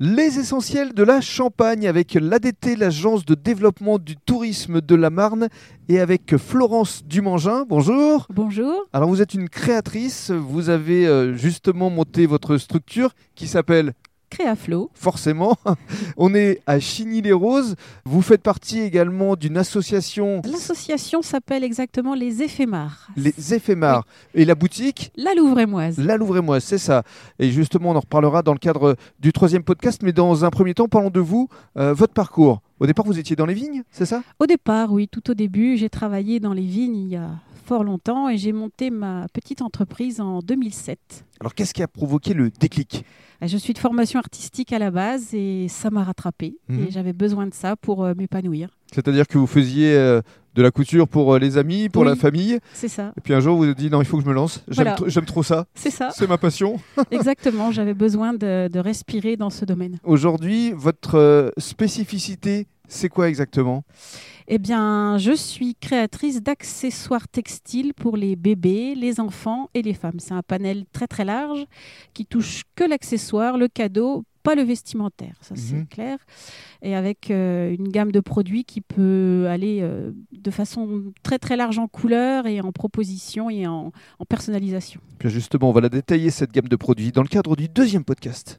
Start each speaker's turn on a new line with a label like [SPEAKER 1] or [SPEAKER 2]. [SPEAKER 1] Les essentiels de la Champagne avec l'ADT, l'agence de développement du tourisme de la Marne, et avec Florence Dumangin. Bonjour.
[SPEAKER 2] Bonjour.
[SPEAKER 1] Alors vous êtes une créatrice, vous avez euh, justement monté votre structure qui s'appelle
[SPEAKER 2] Créaflo.
[SPEAKER 1] forcément. On est à Chigny-les-Roses. Vous faites partie également d'une association,
[SPEAKER 2] L'association s'appelle exactement les Éphémars.
[SPEAKER 1] les Éphémars, et la boutique.
[SPEAKER 2] La Louvre-Émoise.
[SPEAKER 1] La Louvre-et-moi, c'est ça. Et justement, on en reparlera dans le cadre du troisième podcast. Mais dans un premier temps, parlons de vous, euh, votre parcours. Au départ, vous étiez dans les vignes, c'est ça
[SPEAKER 2] Au départ, oui, tout au début, j'ai travaillé dans les vignes il y a fort longtemps et j'ai monté ma petite entreprise en 2007.
[SPEAKER 1] Alors, qu'est-ce qui a provoqué le déclic
[SPEAKER 2] Je suis de formation artistique à la base et ça m'a rattrapée.
[SPEAKER 1] Mhm.
[SPEAKER 2] Et j'avais besoin de ça pour euh, m'épanouir.
[SPEAKER 1] C'est-à-dire que vous faisiez euh, de la couture pour euh, les amis, pour
[SPEAKER 2] Oui.
[SPEAKER 1] la famille,
[SPEAKER 2] C'est ça.
[SPEAKER 1] et puis un jour, vous vous êtes dit non, il faut que je me lance. J'aime
[SPEAKER 2] Voilà. Ah.
[SPEAKER 1] tr- j'aime trop ça.
[SPEAKER 2] C'est ça.
[SPEAKER 1] C'est ma passion.
[SPEAKER 2] exactement. J'avais besoin de, de respirer dans ce domaine.
[SPEAKER 1] Aujourd'hui, votre euh, spécificité, c'est quoi exactement
[SPEAKER 2] Eh bien, je suis créatrice d'accessoires textiles pour les bébés, les enfants et les femmes. C'est un panel très très large qui touche que l'accessoire, le cadeau, pas le vestimentaire, ça
[SPEAKER 1] Mhm.
[SPEAKER 2] c'est clair. Et avec euh, une gamme de produits qui peut aller euh, de façon très très large en couleur et en proposition et en- en personnalisation.
[SPEAKER 1] Bien justement, on va la détailler cette gamme de produits dans le cadre du deuxième podcast.